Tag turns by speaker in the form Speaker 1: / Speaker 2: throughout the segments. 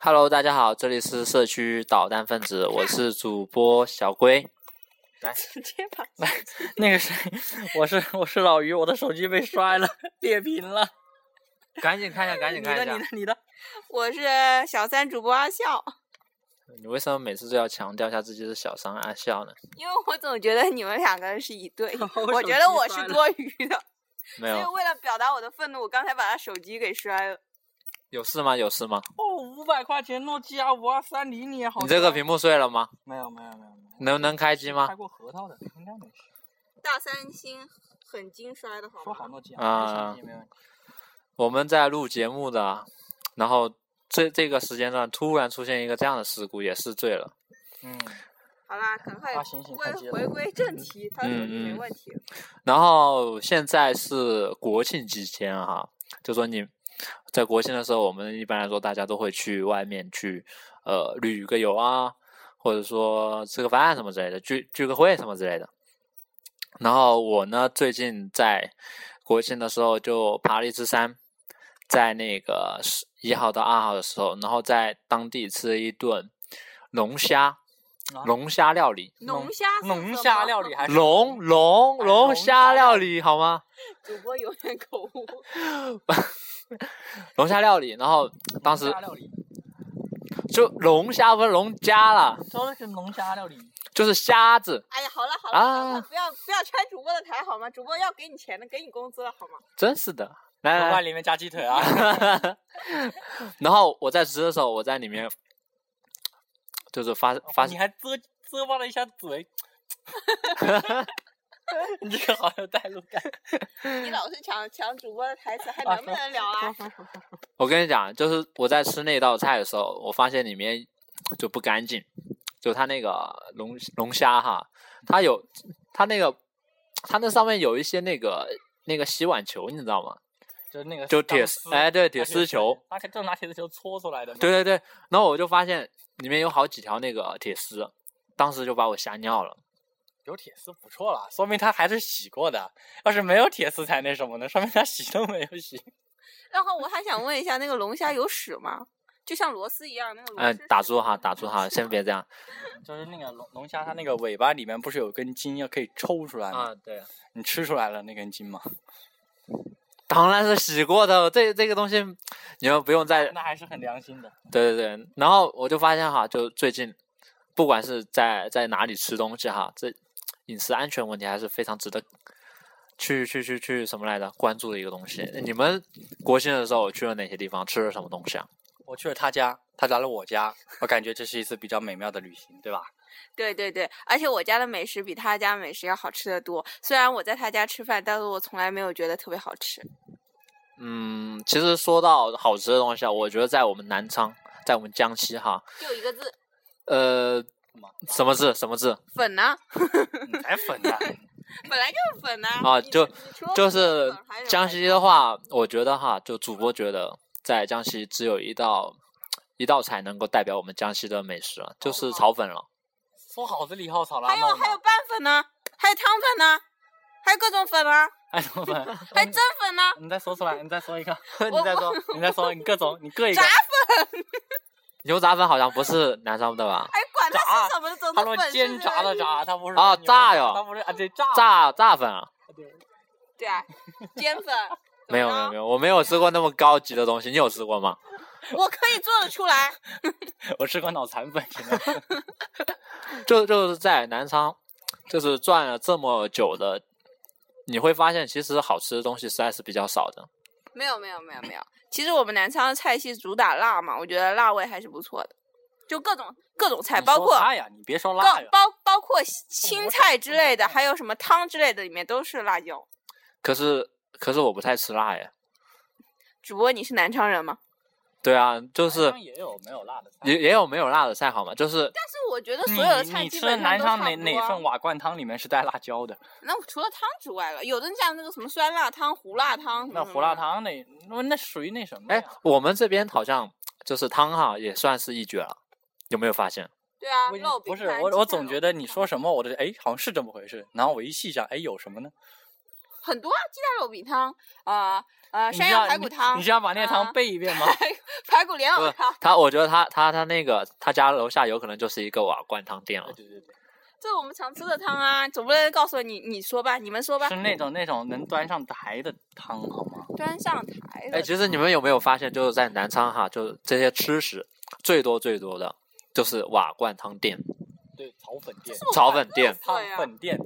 Speaker 1: Hello，大家好，这里是社区导弹分子，我是主播小龟。
Speaker 2: 直接把
Speaker 1: 那个谁，我是我是老于，我的手机被摔了，裂屏了。 赶紧看一下，赶紧
Speaker 2: 你
Speaker 1: 看
Speaker 2: 的
Speaker 1: 一下
Speaker 2: 你。的你的，，
Speaker 3: 我是小三主播阿笑，
Speaker 1: 你为什么每次都要强调一下自己是小三阿笑呢？
Speaker 3: 因为我总觉得你们两个是一对
Speaker 2: 我
Speaker 3: 我觉得
Speaker 2: 手机
Speaker 3: 我
Speaker 2: 摔
Speaker 3: 是
Speaker 2: 了
Speaker 3: 多余的，
Speaker 1: 没
Speaker 3: 所以
Speaker 1: 有，
Speaker 3: 为了表达我的愤怒，我刚才把他手机给摔了。
Speaker 1: 有事吗？有事吗？
Speaker 2: 哦，五百块钱诺基亚五二三零，你也好
Speaker 1: 你
Speaker 2: 赚。
Speaker 1: 这个屏幕啊碎了吗？
Speaker 2: 没有没有没有没有，
Speaker 1: 能不能开机吗
Speaker 2: 啊开？过核桃的应该没事。
Speaker 3: 大三星很精摔的好
Speaker 2: 说好
Speaker 3: 吗？
Speaker 2: 诺基亚，
Speaker 1: 啊
Speaker 2: 没问题没问题。
Speaker 1: 我们在录节目的，啊然后这这个时间段突然出现一个这样的事故，也是醉了。
Speaker 2: 嗯，
Speaker 3: 好啦，赶快
Speaker 2: 发行行太急
Speaker 3: 回
Speaker 2: 了
Speaker 3: 回归正题，他手机
Speaker 1: 嗯
Speaker 3: 没
Speaker 1: 嗯
Speaker 3: 问题。
Speaker 1: 然后现在是国庆期间哈，就说你在国庆的时候，我们一般来说大家都会去外面去呃旅个游啊，或者说吃个饭什么之类的，聚聚个会什么之类的。然后我呢，最近在国庆的时候就爬了一次山，在那个十一号到二号的时候，然后在当地吃了一顿龙虾
Speaker 2: 啊，
Speaker 1: 龙虾料理，
Speaker 3: 龙虾是
Speaker 2: 龙
Speaker 3: 什
Speaker 2: 虾
Speaker 3: 么
Speaker 2: 料理，还是
Speaker 1: 龙龙龙
Speaker 2: 啊龙
Speaker 1: 虾
Speaker 2: 虾
Speaker 1: 料
Speaker 2: 料
Speaker 1: 理好吗？
Speaker 3: 主播有点口误。
Speaker 1: 龙虾料理，然后当
Speaker 2: 龙
Speaker 1: 时
Speaker 2: 虾料理，
Speaker 1: 就龙虾不是龙虾啦，
Speaker 2: 说的是龙虾料理。
Speaker 1: 就是虾子，
Speaker 3: 哎呀，好了好了好
Speaker 1: 啊
Speaker 3: 了，不要不要拆主播的台好吗？主播要给你钱的，给你工资了好吗？
Speaker 1: 真是的。来
Speaker 2: 另
Speaker 1: 来
Speaker 2: 外
Speaker 1: 来，
Speaker 2: 里面加鸡腿啊，
Speaker 1: 哎然后我在吃的时候，我在里面就是发发
Speaker 2: 你还啧啧巴了一下嘴， 你这个好有代入感。
Speaker 3: 你老是抢抢主播的台词，还
Speaker 2: 嗯啊
Speaker 3: 能不能聊啊？
Speaker 1: 我跟你讲，就是我在吃那道菜的时候，我发现里面就不干净，就它那个龙龙虾哈，它有它那个它那上面有一些那个那个洗碗球，你知道吗？
Speaker 2: 就是那个
Speaker 1: 就
Speaker 2: 钢
Speaker 1: 铁
Speaker 2: 丝
Speaker 1: 哎对
Speaker 2: 拿
Speaker 1: 铁丝球，
Speaker 2: 拿铁就拿铁丝球搓出来的嘛。
Speaker 1: 对对对，然后我就发现里面有好几条那个铁丝，当时就把我吓尿了。
Speaker 2: 有铁丝不错了，说明他还是洗过的。要是没有铁丝才那什么呢？说明他洗都没有洗。
Speaker 3: 然后我还想问一下，那个龙虾有屎吗？就像螺丝一样，那个螺
Speaker 1: 嗯、
Speaker 3: 丝是
Speaker 1: 打住哈，打住哈，先别这样。
Speaker 2: 就是那个龙龙虾，它那个尾巴里面不是有根筋要可以抽出来吗？
Speaker 1: 啊，对，
Speaker 2: 你吃出来了那根筋吗？
Speaker 1: 当然是洗过的，这这个东西你们不用再
Speaker 2: 那还是很良心的。
Speaker 1: 对对对，然后我就发现哈，就最近不管是在在哪里吃东西哈，这饮食安全问题还是非常值得去去去去什么来着关注的一个东西。你们国庆的时候去了哪些地方，吃了什么东西啊？
Speaker 2: 我去了他家，他来了我家，我感觉这是一次比较美妙的旅行，对吧？
Speaker 3: 对对对，而且我家的美食比他家美食要好吃的多。虽然我在他家吃饭，但是我从来没有觉得特别好吃。
Speaker 1: 嗯，其实说到好吃的东西啊，我觉得在我们南昌，在我们江西哈，
Speaker 3: 就一个字，
Speaker 1: 呃，什么字？什么字？
Speaker 3: 粉呢、
Speaker 2: 你才粉呢、
Speaker 3: 本来就是粉呢、
Speaker 1: 啊
Speaker 3: 你
Speaker 1: 就
Speaker 3: 你除了
Speaker 1: 就
Speaker 3: 哦粉
Speaker 1: 是
Speaker 3: 还有什么
Speaker 1: 江西的话，我觉得哈，就主播觉得在江西只有一道一道菜能够代表我们江西的美食了，
Speaker 3: 哦
Speaker 1: 就是炒粉了。
Speaker 2: 说好的李浩炒拉
Speaker 3: 还有
Speaker 2: 面，
Speaker 3: 还有拌粉呢、还有汤粉呢、还有各种粉呢、
Speaker 2: 还有粉，
Speaker 3: 还有蒸粉呢、
Speaker 2: 你再说出来，你再说一个，
Speaker 3: 我
Speaker 2: 你再说，你再说，你各种，你各一个
Speaker 3: 炸。
Speaker 1: 牛杂粉好像不是南昌的吧？
Speaker 3: 哎，管它
Speaker 2: 炸
Speaker 3: 是什么，总
Speaker 2: 他
Speaker 3: 之
Speaker 2: 说
Speaker 3: 粉
Speaker 2: 煎
Speaker 3: 是
Speaker 2: 炸的
Speaker 3: 人
Speaker 2: 炸，他不是
Speaker 1: 啊
Speaker 2: 牛
Speaker 1: 炸
Speaker 2: 肉
Speaker 1: 哟
Speaker 2: 他不是啊对炸
Speaker 1: 炸炸粉啊？
Speaker 2: 对
Speaker 3: 对啊，煎粉。怎
Speaker 1: 没有
Speaker 3: 么
Speaker 1: 没有
Speaker 3: 了
Speaker 1: 没有，我没有吃过那么高级的东西，你有吃过吗？
Speaker 3: 我可以做得出来。
Speaker 2: 我吃过脑残粉，现在
Speaker 1: 就就是在南昌，就是转了这么久的，你会发现其实好吃的东西实在是比较少的。
Speaker 3: 没有没有没有没有，其实我们南昌的菜系主打辣嘛，我觉得辣味还是不错的，就各种各种菜，
Speaker 2: 你
Speaker 3: 哎包
Speaker 2: 说
Speaker 3: 括
Speaker 2: 辣呀，你别说
Speaker 3: 包
Speaker 2: 辣呀，
Speaker 3: 包包括青菜之类的，还有什么汤之类的，里面都是辣椒。
Speaker 1: 可是可是我不太吃辣耶，
Speaker 3: 主播你是南昌人吗？
Speaker 1: 对啊，就是
Speaker 2: 南昌也有没有辣的菜。
Speaker 1: 也也有没有辣的菜好吗？就是
Speaker 3: 但是我觉得
Speaker 2: 你
Speaker 3: 所有的菜
Speaker 2: 嗯你
Speaker 3: 基
Speaker 2: 吃
Speaker 3: 本上
Speaker 2: 南
Speaker 3: 都
Speaker 2: 昌
Speaker 3: 差
Speaker 2: 哪
Speaker 3: 不多
Speaker 2: 哪份
Speaker 3: 啊。
Speaker 2: 瓦罐汤里面是带辣椒的？
Speaker 3: 那我除了汤之外了，有的像那个什么酸辣汤、胡辣汤什么
Speaker 2: 那
Speaker 3: 什
Speaker 2: 胡
Speaker 3: 么
Speaker 2: 辣
Speaker 3: 的，
Speaker 2: 汤那那那属于那什么
Speaker 1: 哎
Speaker 2: 呀？，
Speaker 1: 我们这边好像就是汤哈也算是一绝了，有没有发现？
Speaker 3: 对啊，
Speaker 2: 我已经
Speaker 3: 肉
Speaker 2: 不
Speaker 3: 饼
Speaker 2: 是
Speaker 3: 干
Speaker 2: 我，
Speaker 3: 鸡
Speaker 2: 我
Speaker 3: 蛋
Speaker 2: 总
Speaker 3: 肉
Speaker 2: 觉得
Speaker 3: 饼
Speaker 2: 你
Speaker 3: 干
Speaker 2: 说什么，我都哎好像是这么回事。然后我一细想，哎有什么呢？
Speaker 3: 很多啊，鸡蛋肉饼汤啊呃
Speaker 2: 你
Speaker 3: 山
Speaker 2: 是
Speaker 3: 药
Speaker 2: 要
Speaker 3: 排
Speaker 2: 你
Speaker 3: 骨汤
Speaker 2: 你是，要把那
Speaker 3: 啊
Speaker 2: 汤背一遍吗？
Speaker 3: 排骨莲
Speaker 1: 不
Speaker 3: 藕
Speaker 1: 是
Speaker 3: 汤，
Speaker 1: 他，我觉得他他他那个他家楼下有可能就是一个瓦罐汤店了
Speaker 2: 对。对对对，
Speaker 3: 这是我们常吃的汤啊，总不能告诉你你说吧，你们说吧
Speaker 2: 是，那种那种能端上台的汤好吗？
Speaker 3: 端上台
Speaker 1: 哎，
Speaker 3: 的
Speaker 1: 其实你们有没有发现，就是在南昌哈，就是这些吃食最多最多的就是瓦罐汤店、
Speaker 2: 对，炒粉店、
Speaker 1: 炒粉店。
Speaker 3: 特
Speaker 2: 汤
Speaker 3: 色呀，
Speaker 2: 粉店，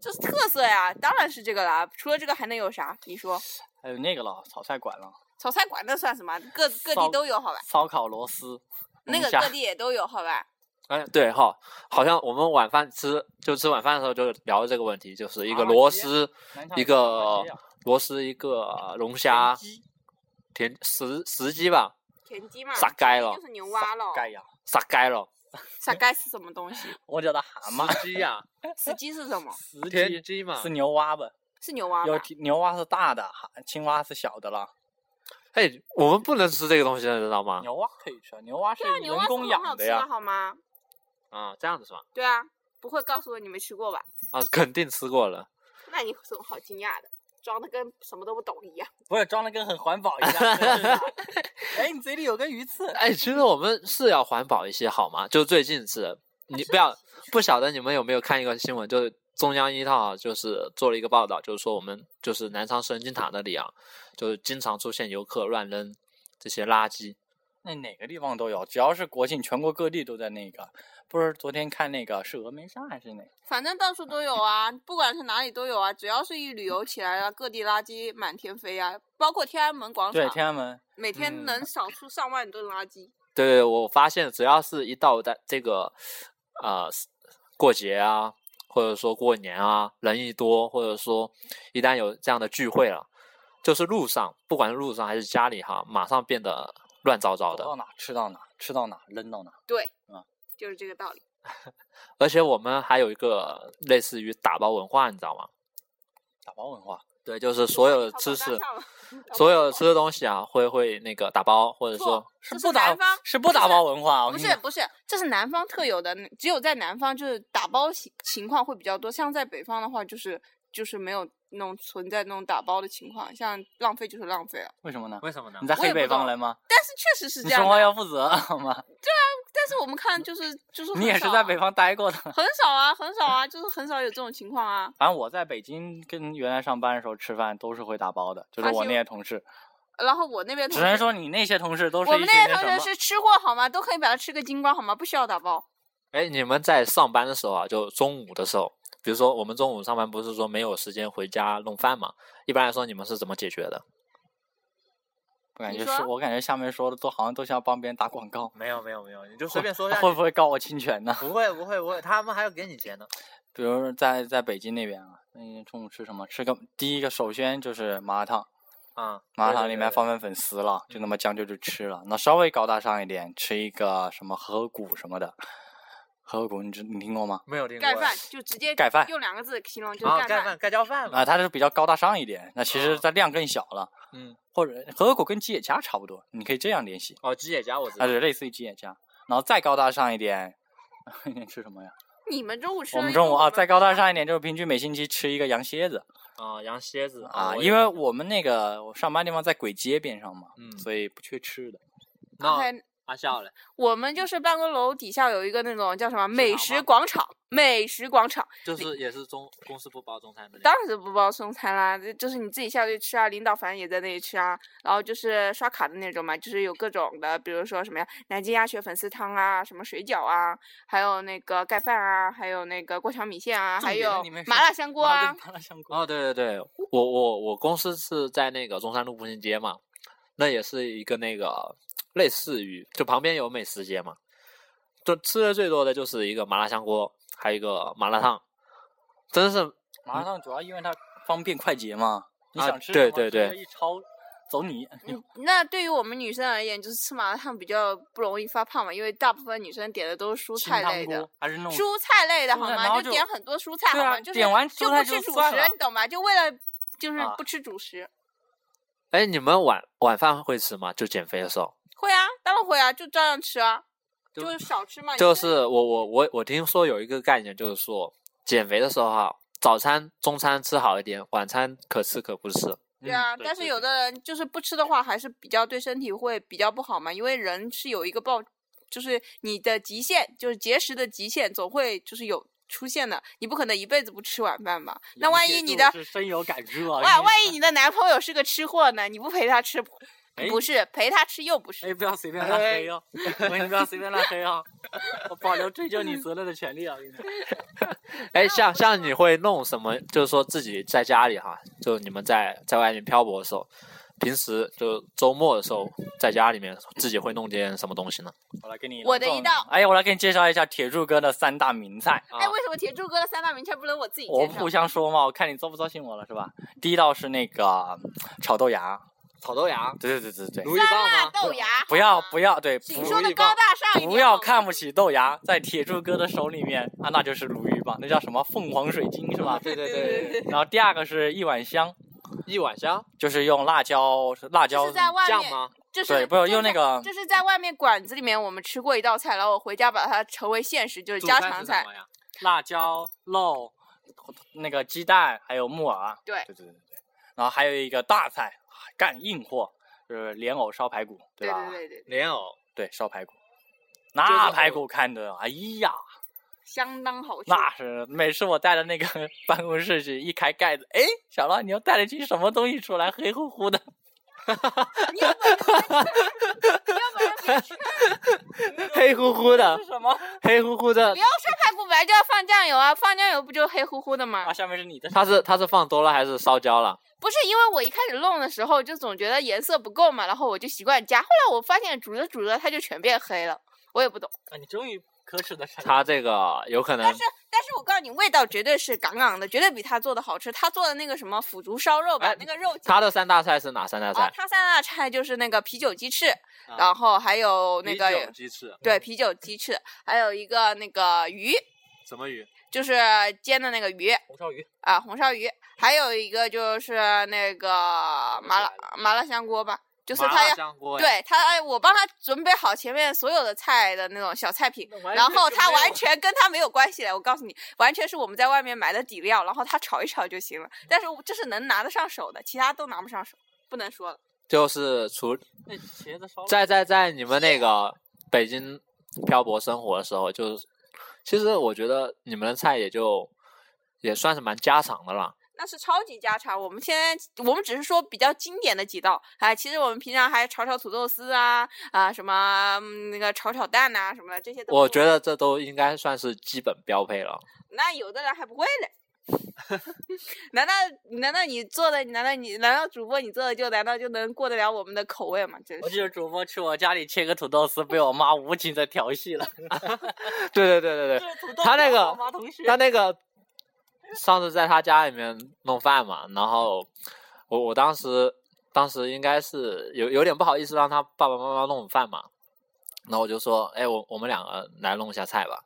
Speaker 3: 这是特色呀，当然是这个啦，除了这个还能有啥？你说
Speaker 2: 还有那个了，炒菜馆了，
Speaker 3: 炒菜馆那算什么？各各地
Speaker 2: 烧
Speaker 3: 都有好吧？
Speaker 2: 烧烤螺丝，
Speaker 3: 那个
Speaker 2: 龙虾
Speaker 3: 各地也都有好吧？
Speaker 1: 哎，对哈，好像我们晚饭吃就吃晚饭的时候就聊这个问题，就是一个
Speaker 2: 啊
Speaker 1: 螺
Speaker 2: 直接
Speaker 1: 丝、
Speaker 2: 南昌
Speaker 1: 一
Speaker 2: 有个
Speaker 1: 个螺丝、一个龙虾、田石石鸡吧，
Speaker 3: 田鸡嘛，
Speaker 1: 撒
Speaker 3: 田
Speaker 1: 该
Speaker 3: 鸡
Speaker 1: 了
Speaker 3: 就是牛蛙了。
Speaker 2: 盖呀，
Speaker 1: 撒该了，
Speaker 3: 撒该是什么东西？
Speaker 2: 我叫它蛤蟆，
Speaker 1: 石鸡呀、
Speaker 3: 死鸡是什么？
Speaker 2: 啊石
Speaker 1: 田
Speaker 2: 鸡
Speaker 1: 鸡嘛
Speaker 2: 是。牛蛙吧？
Speaker 3: 是牛蛙
Speaker 2: 有
Speaker 3: 吧？
Speaker 2: 提牛蛙是大的，蛤青蛙是小的了。
Speaker 1: 哎，我们不能吃这个东西的，知道吗？
Speaker 2: 牛蛙可以吃啊，牛蛙是
Speaker 3: 对啊，牛蛙
Speaker 2: 人
Speaker 3: 是
Speaker 2: 工
Speaker 3: 很好
Speaker 2: 养
Speaker 3: 吃
Speaker 2: 的
Speaker 3: 的
Speaker 2: 呀。
Speaker 3: 好吗？
Speaker 1: 啊，这样子是吧？
Speaker 3: 对啊，不会告诉我你没吃过吧？
Speaker 1: 啊，肯定吃过了。
Speaker 3: 那你有什么好惊讶的？装的跟什么都不懂一样。
Speaker 2: 不是装的跟很 环保一样。真是的哎，你嘴里有根鱼刺。
Speaker 1: 哎，其实我们是要环保一些，好吗？就最近是，你不要不晓得你们有没有看一个新闻，就是中央一套啊就是做了一个报道，就是说我们就是南昌神经塔那里啊，就是经常出现游客乱扔这些垃圾。
Speaker 2: 那哪个地方都有，只要是国庆，全国各地都在那个。不是昨天看那个是峨眉山还是哪？
Speaker 3: 反正到处都有啊，不管是哪里都有啊，只要是一旅游起来了，啊各地垃圾满天飞啊，包括天安门广
Speaker 2: 对，
Speaker 3: 场，
Speaker 2: 天安门。
Speaker 3: 每天
Speaker 2: 嗯
Speaker 3: 能扫出上万吨垃圾。
Speaker 1: 对对，我发现只要是一到的这个啊、呃过节啊，或者说过年啊，人一多，或者说一旦有这样的聚会了，就是路上，不管是路上还是家里哈，马上变得乱糟糟
Speaker 2: 走
Speaker 1: 的。
Speaker 3: 哦
Speaker 2: 到哪吃到哪，吃到哪扔到哪。
Speaker 3: 对，
Speaker 2: 啊
Speaker 3: 就是这个道理。
Speaker 1: 而且我们还有一个类似于打包文化，你知道吗？
Speaker 2: 打包文化，
Speaker 1: 对，就是所有的
Speaker 3: 淘宝
Speaker 1: 吃
Speaker 3: 大
Speaker 1: 食，
Speaker 3: 厦嘛，淘
Speaker 1: 所
Speaker 3: 宝
Speaker 1: 有的
Speaker 3: 大厦
Speaker 1: 吃的东西啊，会会那个打包，或者说
Speaker 3: 错
Speaker 2: 是
Speaker 3: 这
Speaker 2: 不打
Speaker 3: 南方
Speaker 2: 是不打包文化。我
Speaker 3: 不
Speaker 2: 跟你
Speaker 3: 是
Speaker 2: 讲，
Speaker 3: 不是，这是南方特有的，只有在南方就是打包情情况会比较多，像在北方的话就是就是没有那种存在那种打包的情况，像浪费就是浪费了。
Speaker 2: 为什么呢？
Speaker 1: 为什么呢
Speaker 2: 你在
Speaker 3: 我也
Speaker 2: 黑北
Speaker 3: 不懂
Speaker 2: 方人吗？
Speaker 3: 但是确实是
Speaker 2: 你
Speaker 3: 这样
Speaker 2: 生活
Speaker 3: 的，
Speaker 2: 要负责好吗？
Speaker 3: 但是我们看就是就是
Speaker 2: 你
Speaker 3: 很
Speaker 2: 也是
Speaker 3: 少
Speaker 2: 在
Speaker 3: 啊
Speaker 2: 北方待过的。
Speaker 3: 很少啊，很少啊，就是很少有这种情况啊。
Speaker 2: 反正我在北京跟原来上班的时候吃饭都是会打包的，就是
Speaker 3: 而且
Speaker 2: 我那些同事，
Speaker 3: 然后我那边
Speaker 2: 只
Speaker 3: 同
Speaker 2: 能
Speaker 3: 学，
Speaker 2: 说你那些同事都是
Speaker 3: 我
Speaker 2: 一
Speaker 3: 们
Speaker 2: 些
Speaker 3: 那些
Speaker 2: 那
Speaker 3: 同
Speaker 2: 什
Speaker 3: 学
Speaker 2: 么
Speaker 3: 是吃货好吗？都可以把它吃个精光好吗？不需要打包。
Speaker 1: 哎，你们在上班的时候啊，就中午的时候，比如说我们中午上班不是说没有时间回家弄饭嘛？一般来说，你们是怎么解决的？
Speaker 2: 我感
Speaker 3: 你
Speaker 2: 觉
Speaker 3: 说
Speaker 2: 是我感觉下面说的都好像都像帮别人打广 告，
Speaker 1: 没有没有没有，你就
Speaker 2: 随便 会不会告我侵权呢？
Speaker 1: 不会不会不会，他们还要给你钱呢。
Speaker 2: 比如说在在北京那边啊，那你中午吃什么？吃个第一个首先就是麻辣烫，
Speaker 1: 啊，
Speaker 2: 麻辣烫里面放份粉丝了，就那么将就着吃了。那稍微高大上一点，吃一个什么河谷什么的，河谷你知你听过吗？
Speaker 1: 没有听
Speaker 3: 盖饭就直接
Speaker 2: 盖饭
Speaker 3: 用两个字形容就是啊盖饭。
Speaker 1: 盖浇饭
Speaker 2: 啊，它是比较高大上一点，那其
Speaker 1: 啊
Speaker 2: 实它量更小了。
Speaker 1: 嗯，
Speaker 2: 或者河口跟吉野家差不多，你可以这样联系，
Speaker 1: 哦，鸡野家我知道。
Speaker 2: 啊，对，类似于吉野家，然后再高大上一点， 你吃什么呀？
Speaker 3: 你们中午吃
Speaker 2: 我
Speaker 3: 了
Speaker 2: 们
Speaker 3: 一
Speaker 2: 中
Speaker 3: 个
Speaker 2: 午啊，再高大
Speaker 3: 不知道
Speaker 2: 上一点就是平均每星期吃一个羊蝎子
Speaker 1: 啊，羊蝎子
Speaker 2: 啊，
Speaker 1: 我
Speaker 2: 因
Speaker 1: 有
Speaker 2: 为我们那个我上班地方在簋街边上嘛，
Speaker 1: 嗯，
Speaker 2: 所以不缺吃的。
Speaker 1: 那
Speaker 3: 还
Speaker 1: 阿笑嘞，
Speaker 3: 我们就是办公楼底下有一个那种叫什么美
Speaker 1: 吗
Speaker 3: 食广场，美食广场
Speaker 1: 就是也是中公司不包中餐的那种。
Speaker 3: 当然是不包送餐啦，这就是你自己下去吃啊，领导反正也在那里吃啊，然后就是刷卡的那种嘛，就是有各种的，比如说什么呀，南京鸭血粉丝汤啊，什么水饺啊，还有那个盖饭啊，还有那个过桥米线啊，
Speaker 2: 重
Speaker 3: 还
Speaker 2: 点
Speaker 3: 有
Speaker 2: 你们是
Speaker 3: 麻辣香锅啊
Speaker 2: 麻辣，麻辣香锅
Speaker 1: 哦，对对对，我我我公司是在那个中山路步行街嘛，那也是一个那个类似于就旁边有美食街嘛，就吃的最多的就是一个麻辣香锅，还有一个麻辣烫，真是
Speaker 2: 麻辣烫主要因为它方便快捷嘛，你
Speaker 1: 啊
Speaker 2: 想吃
Speaker 1: 对
Speaker 2: 什么
Speaker 1: 对
Speaker 2: 直接
Speaker 1: 对
Speaker 2: 一抄走你。
Speaker 3: 嗯，那对于我们女生而言，就是吃麻辣烫比较不容易发胖嘛，因为大部分女生点的都是蔬
Speaker 2: 清
Speaker 3: 菜
Speaker 2: 汤
Speaker 3: 类的
Speaker 2: 锅，还是那种
Speaker 3: 蔬菜类的
Speaker 2: 蔬
Speaker 3: 好
Speaker 2: 菜然
Speaker 3: 吗？
Speaker 2: 后
Speaker 3: 就
Speaker 2: 就
Speaker 3: 点很多蔬菜好
Speaker 2: 对啊
Speaker 3: 吗？就是
Speaker 2: 点完
Speaker 3: 就
Speaker 2: 蔬菜
Speaker 3: 不
Speaker 2: 就
Speaker 3: 吃主
Speaker 2: 算
Speaker 3: 食
Speaker 2: 了，
Speaker 3: 你懂吗？就为了就是
Speaker 2: 啊
Speaker 3: 不吃主食。
Speaker 1: 哎，你们晚晚饭会吃吗？就减肥的时候，
Speaker 3: 会啊，当然会啊，就照样吃啊，
Speaker 2: 就
Speaker 3: 就是少吃嘛。
Speaker 1: 就
Speaker 3: 你
Speaker 1: 是我我我我听说有一个概念，就是说减肥的时候哈，早餐、中餐吃好一点，晚餐可吃可不吃。
Speaker 3: 对啊，
Speaker 2: 嗯
Speaker 3: 但是有的人就是不吃的话，还是比较对身体会比较不好嘛，因为人是有一个暴，就是你的极限，就是节食的极限，总会就是有出现的，你不可能一辈子不吃晚饭吧？那万一你的
Speaker 2: 是深有感触啊！
Speaker 3: 哇，万一你的男朋友是个吃货呢？你不陪他吃，
Speaker 2: 哎
Speaker 3: 不是陪他吃又不
Speaker 2: 哎，
Speaker 3: 是。
Speaker 2: 不要随便拉黑哦！ 我跟你不要随便拉黑哦！ 我保留追究你责任的权利啊！我跟你讲
Speaker 1: 哎，像像你会弄什么？就是说自己在家里哈，就你们在在外面漂泊的时候，平时就周末的时候，在家里面自己会弄点什么东西呢？
Speaker 2: 我来给你
Speaker 3: 我的一道
Speaker 2: 哎，我来给你介绍一下铁柱哥的三大名菜啊
Speaker 3: 哎，！为什么铁柱哥的三大名菜不能我自己
Speaker 2: 我
Speaker 3: 介
Speaker 2: 们
Speaker 3: 绍
Speaker 2: 互？相说嘛，我看你糟不糟心我了是吧？第一道是那个炒豆芽，
Speaker 1: 炒豆芽、
Speaker 2: 对对对对对，
Speaker 1: 如意
Speaker 3: 酸辣？豆芽，
Speaker 2: 不要
Speaker 3: 好吗
Speaker 2: 不要，对，
Speaker 3: 啊请
Speaker 2: 不
Speaker 3: 说的
Speaker 1: 意棒
Speaker 3: 高大上一点。
Speaker 2: 不要
Speaker 3: 好吗
Speaker 2: 看不起豆芽，在铁柱哥的手里面啊，那就是鲈鱼棒，那叫什么凤凰水晶是吧？
Speaker 1: 对对
Speaker 3: 对
Speaker 1: 对，
Speaker 2: 然后第二个是一碗香，
Speaker 1: 一碗香
Speaker 2: 就是用辣椒辣椒
Speaker 3: 就是在外
Speaker 1: 酱
Speaker 3: 面，
Speaker 1: 吗？
Speaker 3: 就是
Speaker 2: 对，不要
Speaker 3: 就是
Speaker 2: 用那个
Speaker 3: 就是在外面馆子里面，我们吃过一道菜，然后我回家把它成为现实，就是家常菜。
Speaker 1: 呀？
Speaker 2: 辣椒肉，那个鸡蛋还有木耳。啊
Speaker 3: 对
Speaker 2: 对对对对。然后还有一个大菜，干硬货，就是莲藕烧排骨，
Speaker 3: 对
Speaker 2: 吧？
Speaker 3: 对对，
Speaker 1: 莲藕，
Speaker 2: 对烧排骨，
Speaker 1: 是
Speaker 2: 那
Speaker 1: 藕
Speaker 2: 排骨看着，哎呀，
Speaker 3: 相当好吃。
Speaker 2: 那是每次我带着那个 办公室去，一开盖子，哎，小浪，你又带了些什么东西出来？黑乎乎的。
Speaker 3: 你有本事
Speaker 1: 黑乎乎的
Speaker 2: 是，什么？
Speaker 1: 黑乎乎的
Speaker 3: 不，要说排骨白就要放酱油啊，放酱油不就黑乎乎的吗
Speaker 2: 啊，？下面是你的。
Speaker 1: 它是它是放多了还是烧焦了？
Speaker 3: 不是，因为我一开始弄的时候就总觉得颜色不够嘛，然后我就习惯加，后来我发现煮着煮着它就全变黑了，我也不懂。
Speaker 2: 啊，你终于可耻的看
Speaker 1: 它这个有可能
Speaker 3: 但是但是我告诉你，味道绝对是杠杠的，绝对比他做的好吃。他做的那个什么腐竹烧肉吧，
Speaker 1: 哎
Speaker 3: 那个肉
Speaker 1: 它的三大菜是哪三大
Speaker 3: 啊
Speaker 1: 菜，？
Speaker 3: 他三大菜就是那个啤酒鸡翅，
Speaker 1: 啊
Speaker 3: 然后还有哦那
Speaker 1: 啤酒
Speaker 3: 个
Speaker 1: 鸡翅，
Speaker 3: 对啤酒鸡翅，还有一个那个鱼，
Speaker 1: 什么鱼？
Speaker 3: 就是煎的那个鱼
Speaker 2: 红烧鱼。
Speaker 3: 啊，红烧鱼，还有一个就是那个麻辣麻辣香锅吧，就是
Speaker 1: 麻
Speaker 3: 他
Speaker 1: 辣
Speaker 3: 要。
Speaker 1: 香锅，，
Speaker 3: 对他，我帮他准备好前面所有的菜的那种小菜品，
Speaker 2: 完
Speaker 3: 然
Speaker 2: 全
Speaker 3: 后
Speaker 2: 就
Speaker 3: 他
Speaker 2: 没有
Speaker 3: 完全跟他没有关系的，我告诉你，完全是我们在外面买的底料，然后他炒一炒就行了。但是我这是能拿得上手的，其他都拿不上手，不能说了。
Speaker 1: 就是除
Speaker 2: 那茄子烧肉。
Speaker 1: 在在在你们那个北京漂泊生活的时候，就是其实我觉得你们的菜也就也算是蛮家常的了。
Speaker 3: 那是超级家常。我们现在我们只是说比较经典的几道，哎，其实我们平常还炒炒土豆丝啊啊什么、嗯那个炒炒蛋呐、什么的这些都不会。
Speaker 1: 我觉得这都应该算是基本标配了。
Speaker 3: 那有的人还不会嘞。 难道难道你做的难道你难道主播你做的就难道就能过得了我们的口味吗？真
Speaker 2: 我记
Speaker 3: 是
Speaker 2: 得主播去我家里切个土豆丝，被我妈无情的调戏 了。
Speaker 1: 对对对对对，他那个 他哎那个上次在他家里面弄饭嘛，然后我我当时当时应该是有有点不好意思让他爸爸妈妈弄饭嘛，然后我就说，哎，我我们两个来弄一下菜吧。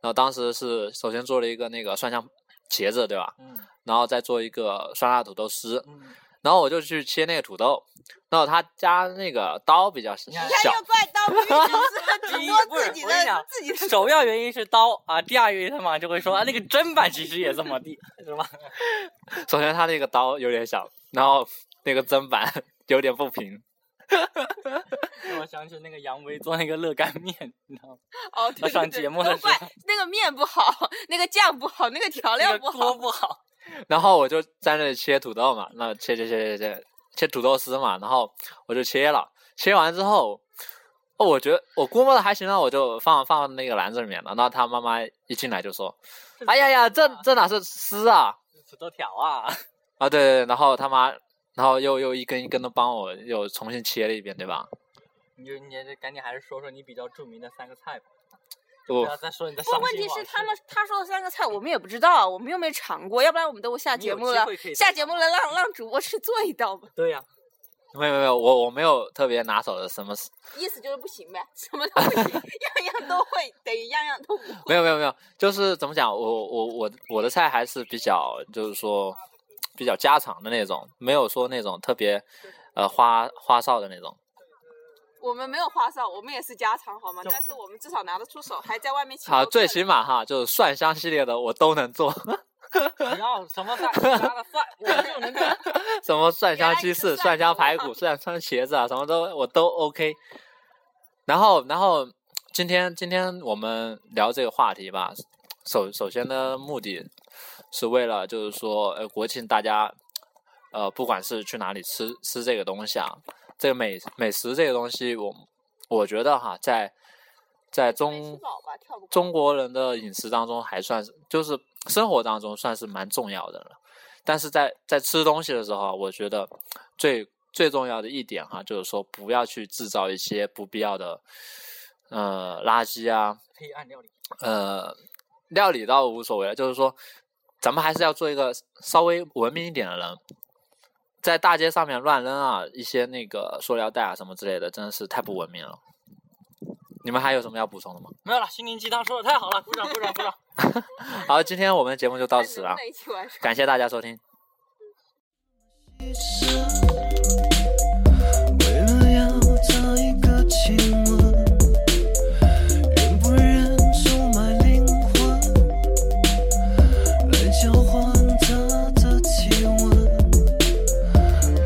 Speaker 1: 然后当时是首先做了一个那个蒜香茄子，对吧？
Speaker 2: 嗯
Speaker 1: 然后再做一个酸辣土豆丝，
Speaker 2: 嗯，
Speaker 1: 然后我就去切那个土豆，然后他家那个刀比较小
Speaker 2: 你看，
Speaker 3: 你看又怪刀鱼， 就是
Speaker 2: 第
Speaker 3: 主
Speaker 2: 一不
Speaker 3: 播
Speaker 2: 是
Speaker 3: 自己
Speaker 2: 我跟你讲
Speaker 3: 的自己 的。
Speaker 2: 首要原因是刀啊，第二原因他妈就会说啊，那个砧板其实也这么地， 是吧？
Speaker 1: 首先他那个刀有点小，然后那个砧板 有点不平，
Speaker 2: 让我想起那个杨威做那个热干面，你知道吗？
Speaker 3: 哦，对
Speaker 2: 他上
Speaker 3: 对对
Speaker 2: 节目的
Speaker 3: 都
Speaker 2: 时
Speaker 3: 怪
Speaker 2: 候
Speaker 3: 那个面不好，那个酱不好，那个调
Speaker 2: 那
Speaker 3: 料
Speaker 2: 个
Speaker 3: 不
Speaker 2: 锅
Speaker 3: 好。
Speaker 2: 不好，
Speaker 1: 然后我就在那里切土豆嘛，那切切切切切切土豆丝嘛，然后我就切了，切完之后，哦，我觉得我估摸的还行，啊那我就放放那个篮子里面了。那他妈妈一进来就说：“哎呀呀，这这哪是丝啊
Speaker 2: 土豆条啊，！”
Speaker 1: 啊，对对对，然后他妈，然后又又一根一根的帮我又重新切了一遍，对吧？
Speaker 2: 你就你这赶紧还是说说你比较著名的三个菜吧，不
Speaker 1: 我
Speaker 2: 要再说你的伤
Speaker 3: 问
Speaker 2: 心
Speaker 3: 问题
Speaker 2: 往
Speaker 3: 是
Speaker 2: 事
Speaker 3: 他们他说的三个菜我们也不知道，我们又没尝过，要不然我们等我下
Speaker 2: 你
Speaker 3: 节
Speaker 2: 有
Speaker 3: 目
Speaker 2: 机
Speaker 3: 了
Speaker 2: 会可以，
Speaker 3: 下
Speaker 2: 再尝
Speaker 3: 节目了让让主播去做一道吧。
Speaker 2: 对呀、
Speaker 1: 没有没有，我我没有特别拿手的什么，
Speaker 3: 意思就是不行呗， 什么都不行，样样都会，等于样样都不会。
Speaker 1: 没有没有没有，就是怎么讲，我我我我的菜还是比较就是说比较家常的那种，没有说那种特别呃花花哨的那种。
Speaker 3: 我们没有花哨，我们也是家常好吗？但是我们至少拿得出手，还在外面请
Speaker 1: 好，
Speaker 3: 过客
Speaker 1: 啊最
Speaker 3: 人
Speaker 1: 起码哈，就是蒜香系列的我都能做，
Speaker 4: 你要什么 饭加了饭，我就能干。
Speaker 1: 什么蒜
Speaker 3: 原
Speaker 1: 香
Speaker 3: 来
Speaker 1: 鸡
Speaker 3: 是
Speaker 1: 翅、
Speaker 3: 蒜
Speaker 1: 蒜香
Speaker 3: 头
Speaker 1: 排
Speaker 3: 啊
Speaker 1: 骨、蒜香茄子啊，什么都我都 OK。然后，然后今天今天我们聊这个话题吧，首首先的目的是为了就是说，呃，国庆大家呃，不管是去哪里吃吃这个东西啊，这个美美食这个东西我，我觉得哈，在在
Speaker 3: 没
Speaker 1: 中
Speaker 3: 吃饱吧，跳不过
Speaker 1: 中国人的饮食当中还算是，就是生活当中算是蛮重要的了。但是在在吃东西的时候啊，我觉得最最重要的一点哈，就是说不要去制造一些不必要的呃垃圾啊，
Speaker 4: 可以按料理。
Speaker 1: 呃，料理倒无所谓了，就是说，咱们还是要做一个稍微文明一点的人。在大街上面乱扔啊，一些那个塑料袋啊什么之类的，真的是太不文明了。你们还有什么要补充的吗？
Speaker 4: 没有了，心灵鸡汤说的太好了，鼓掌鼓掌鼓掌。
Speaker 1: 好，今天我们的节目就到此了
Speaker 3: 能不，能一起玩耍
Speaker 1: 感谢大家收听。
Speaker 5: 为了要找一个亲吻，愿不愿出卖灵魂，来交换他的亲吻？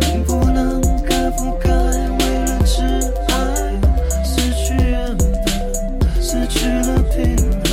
Speaker 5: 能不能该不该为了挚爱失去原本，失去了平等？